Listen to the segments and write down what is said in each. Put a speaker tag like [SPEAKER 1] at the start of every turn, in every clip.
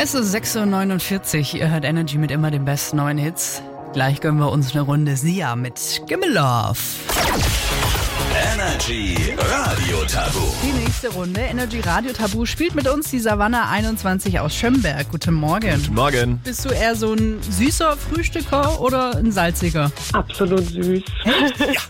[SPEAKER 1] Es ist 6.49 Uhr, ihr hört Energy mit immer den besten neuen Hits. Gleich gönnen wir uns eine Runde Sia mit Gimmeloff.
[SPEAKER 2] Energy Radio Tabu.
[SPEAKER 1] Die nächste Runde, Energy Radio Tabu, spielt mit uns die Savanna 21 aus Schömberg. Guten Morgen.
[SPEAKER 3] Morgen.
[SPEAKER 1] Bist du eher so ein süßer Frühstücker oder ein salziger?
[SPEAKER 4] Absolut süß.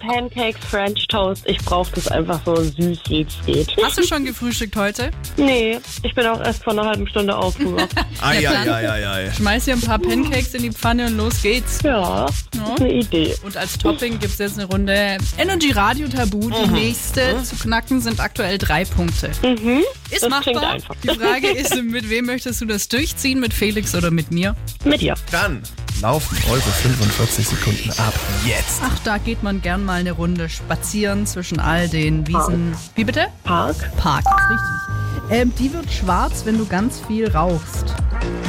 [SPEAKER 4] Pancakes, French Toast. Ich brauche das einfach so süß, wie es geht.
[SPEAKER 1] Hast du schon gefrühstückt heute?
[SPEAKER 4] Nee, ich bin auch erst vor einer halben Stunde aufgewacht.
[SPEAKER 3] Ai,
[SPEAKER 1] dann.
[SPEAKER 3] ai, ai, ai, ai.
[SPEAKER 1] Schmeiß dir ein paar Pancakes in die Pfanne und los geht's.
[SPEAKER 4] ja, ist eine Idee.
[SPEAKER 1] Und als Topping gibt's jetzt eine Runde Energy Radio Tabu.
[SPEAKER 4] Mhm.
[SPEAKER 1] Die nächste zu knacken sind aktuell drei Punkte. Ist
[SPEAKER 4] Mhm. Das klingt
[SPEAKER 1] machbar.
[SPEAKER 4] einfach.
[SPEAKER 1] Die Frage ist, mit wem möchtest du das durchziehen? Mit Felix oder mit mir?
[SPEAKER 4] Mit dir.
[SPEAKER 3] Dann laufen eure 45 Sekunden ab jetzt.
[SPEAKER 1] Ach, da geht man gern mal eine Runde spazieren zwischen all den Wiesen. Wie bitte?
[SPEAKER 4] Park,
[SPEAKER 1] Park. Ist richtig. Ähm, die wird schwarz, wenn du ganz viel rauchst.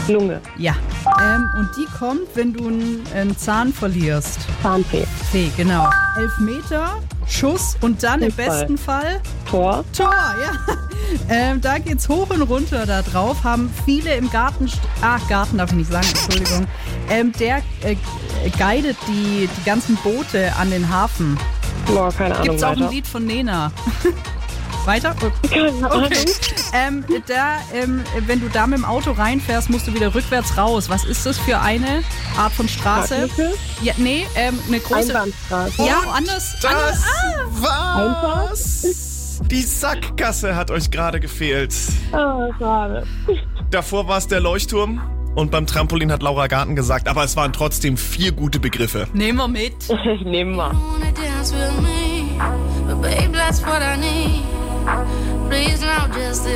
[SPEAKER 4] Lunge,
[SPEAKER 1] Ja. Ähm, und die kommt, wenn du einen einen Zahn verlierst.
[SPEAKER 4] Zahnfee,
[SPEAKER 1] Fee, genau. Elf Meter, Schuss und dann im
[SPEAKER 4] Fußball.
[SPEAKER 1] besten Fall
[SPEAKER 4] Tor,
[SPEAKER 1] Tor, ja. Ähm, da geht's hoch und runter da drauf. Haben viele im Garten. st- Ach, Garten darf ich nicht sagen, Entschuldigung. Ähm, der äh, guidet die, die ganzen Boote an den Hafen.
[SPEAKER 4] Boah, keine Ahnung
[SPEAKER 1] Gibt's auch ein
[SPEAKER 4] weiter.
[SPEAKER 1] Lied von Nena. Weiter?
[SPEAKER 4] Keine Ahnung.
[SPEAKER 1] Okay. Ähm, da, ähm, wenn du da mit dem Auto reinfährst, musst du wieder rückwärts raus. Was ist das für eine Art von Straße?
[SPEAKER 4] Parklücke?
[SPEAKER 1] Ja, nee, ähm, eine große.
[SPEAKER 4] Einbahnstraße.
[SPEAKER 1] Ja, anders. anders Ah,
[SPEAKER 3] Das war's. Die Sackgasse hat euch gerade gefehlt.
[SPEAKER 4] Ah, schade.
[SPEAKER 3] Davor war es der Leuchtturm und beim Trampolin hat Laura Garten gesagt, aber es waren trotzdem vier gute Begriffe.
[SPEAKER 1] Nehmen wir mit.
[SPEAKER 4] Nehmen wir.
[SPEAKER 5] wanna dance with me, but babe, that's what I need. Please now just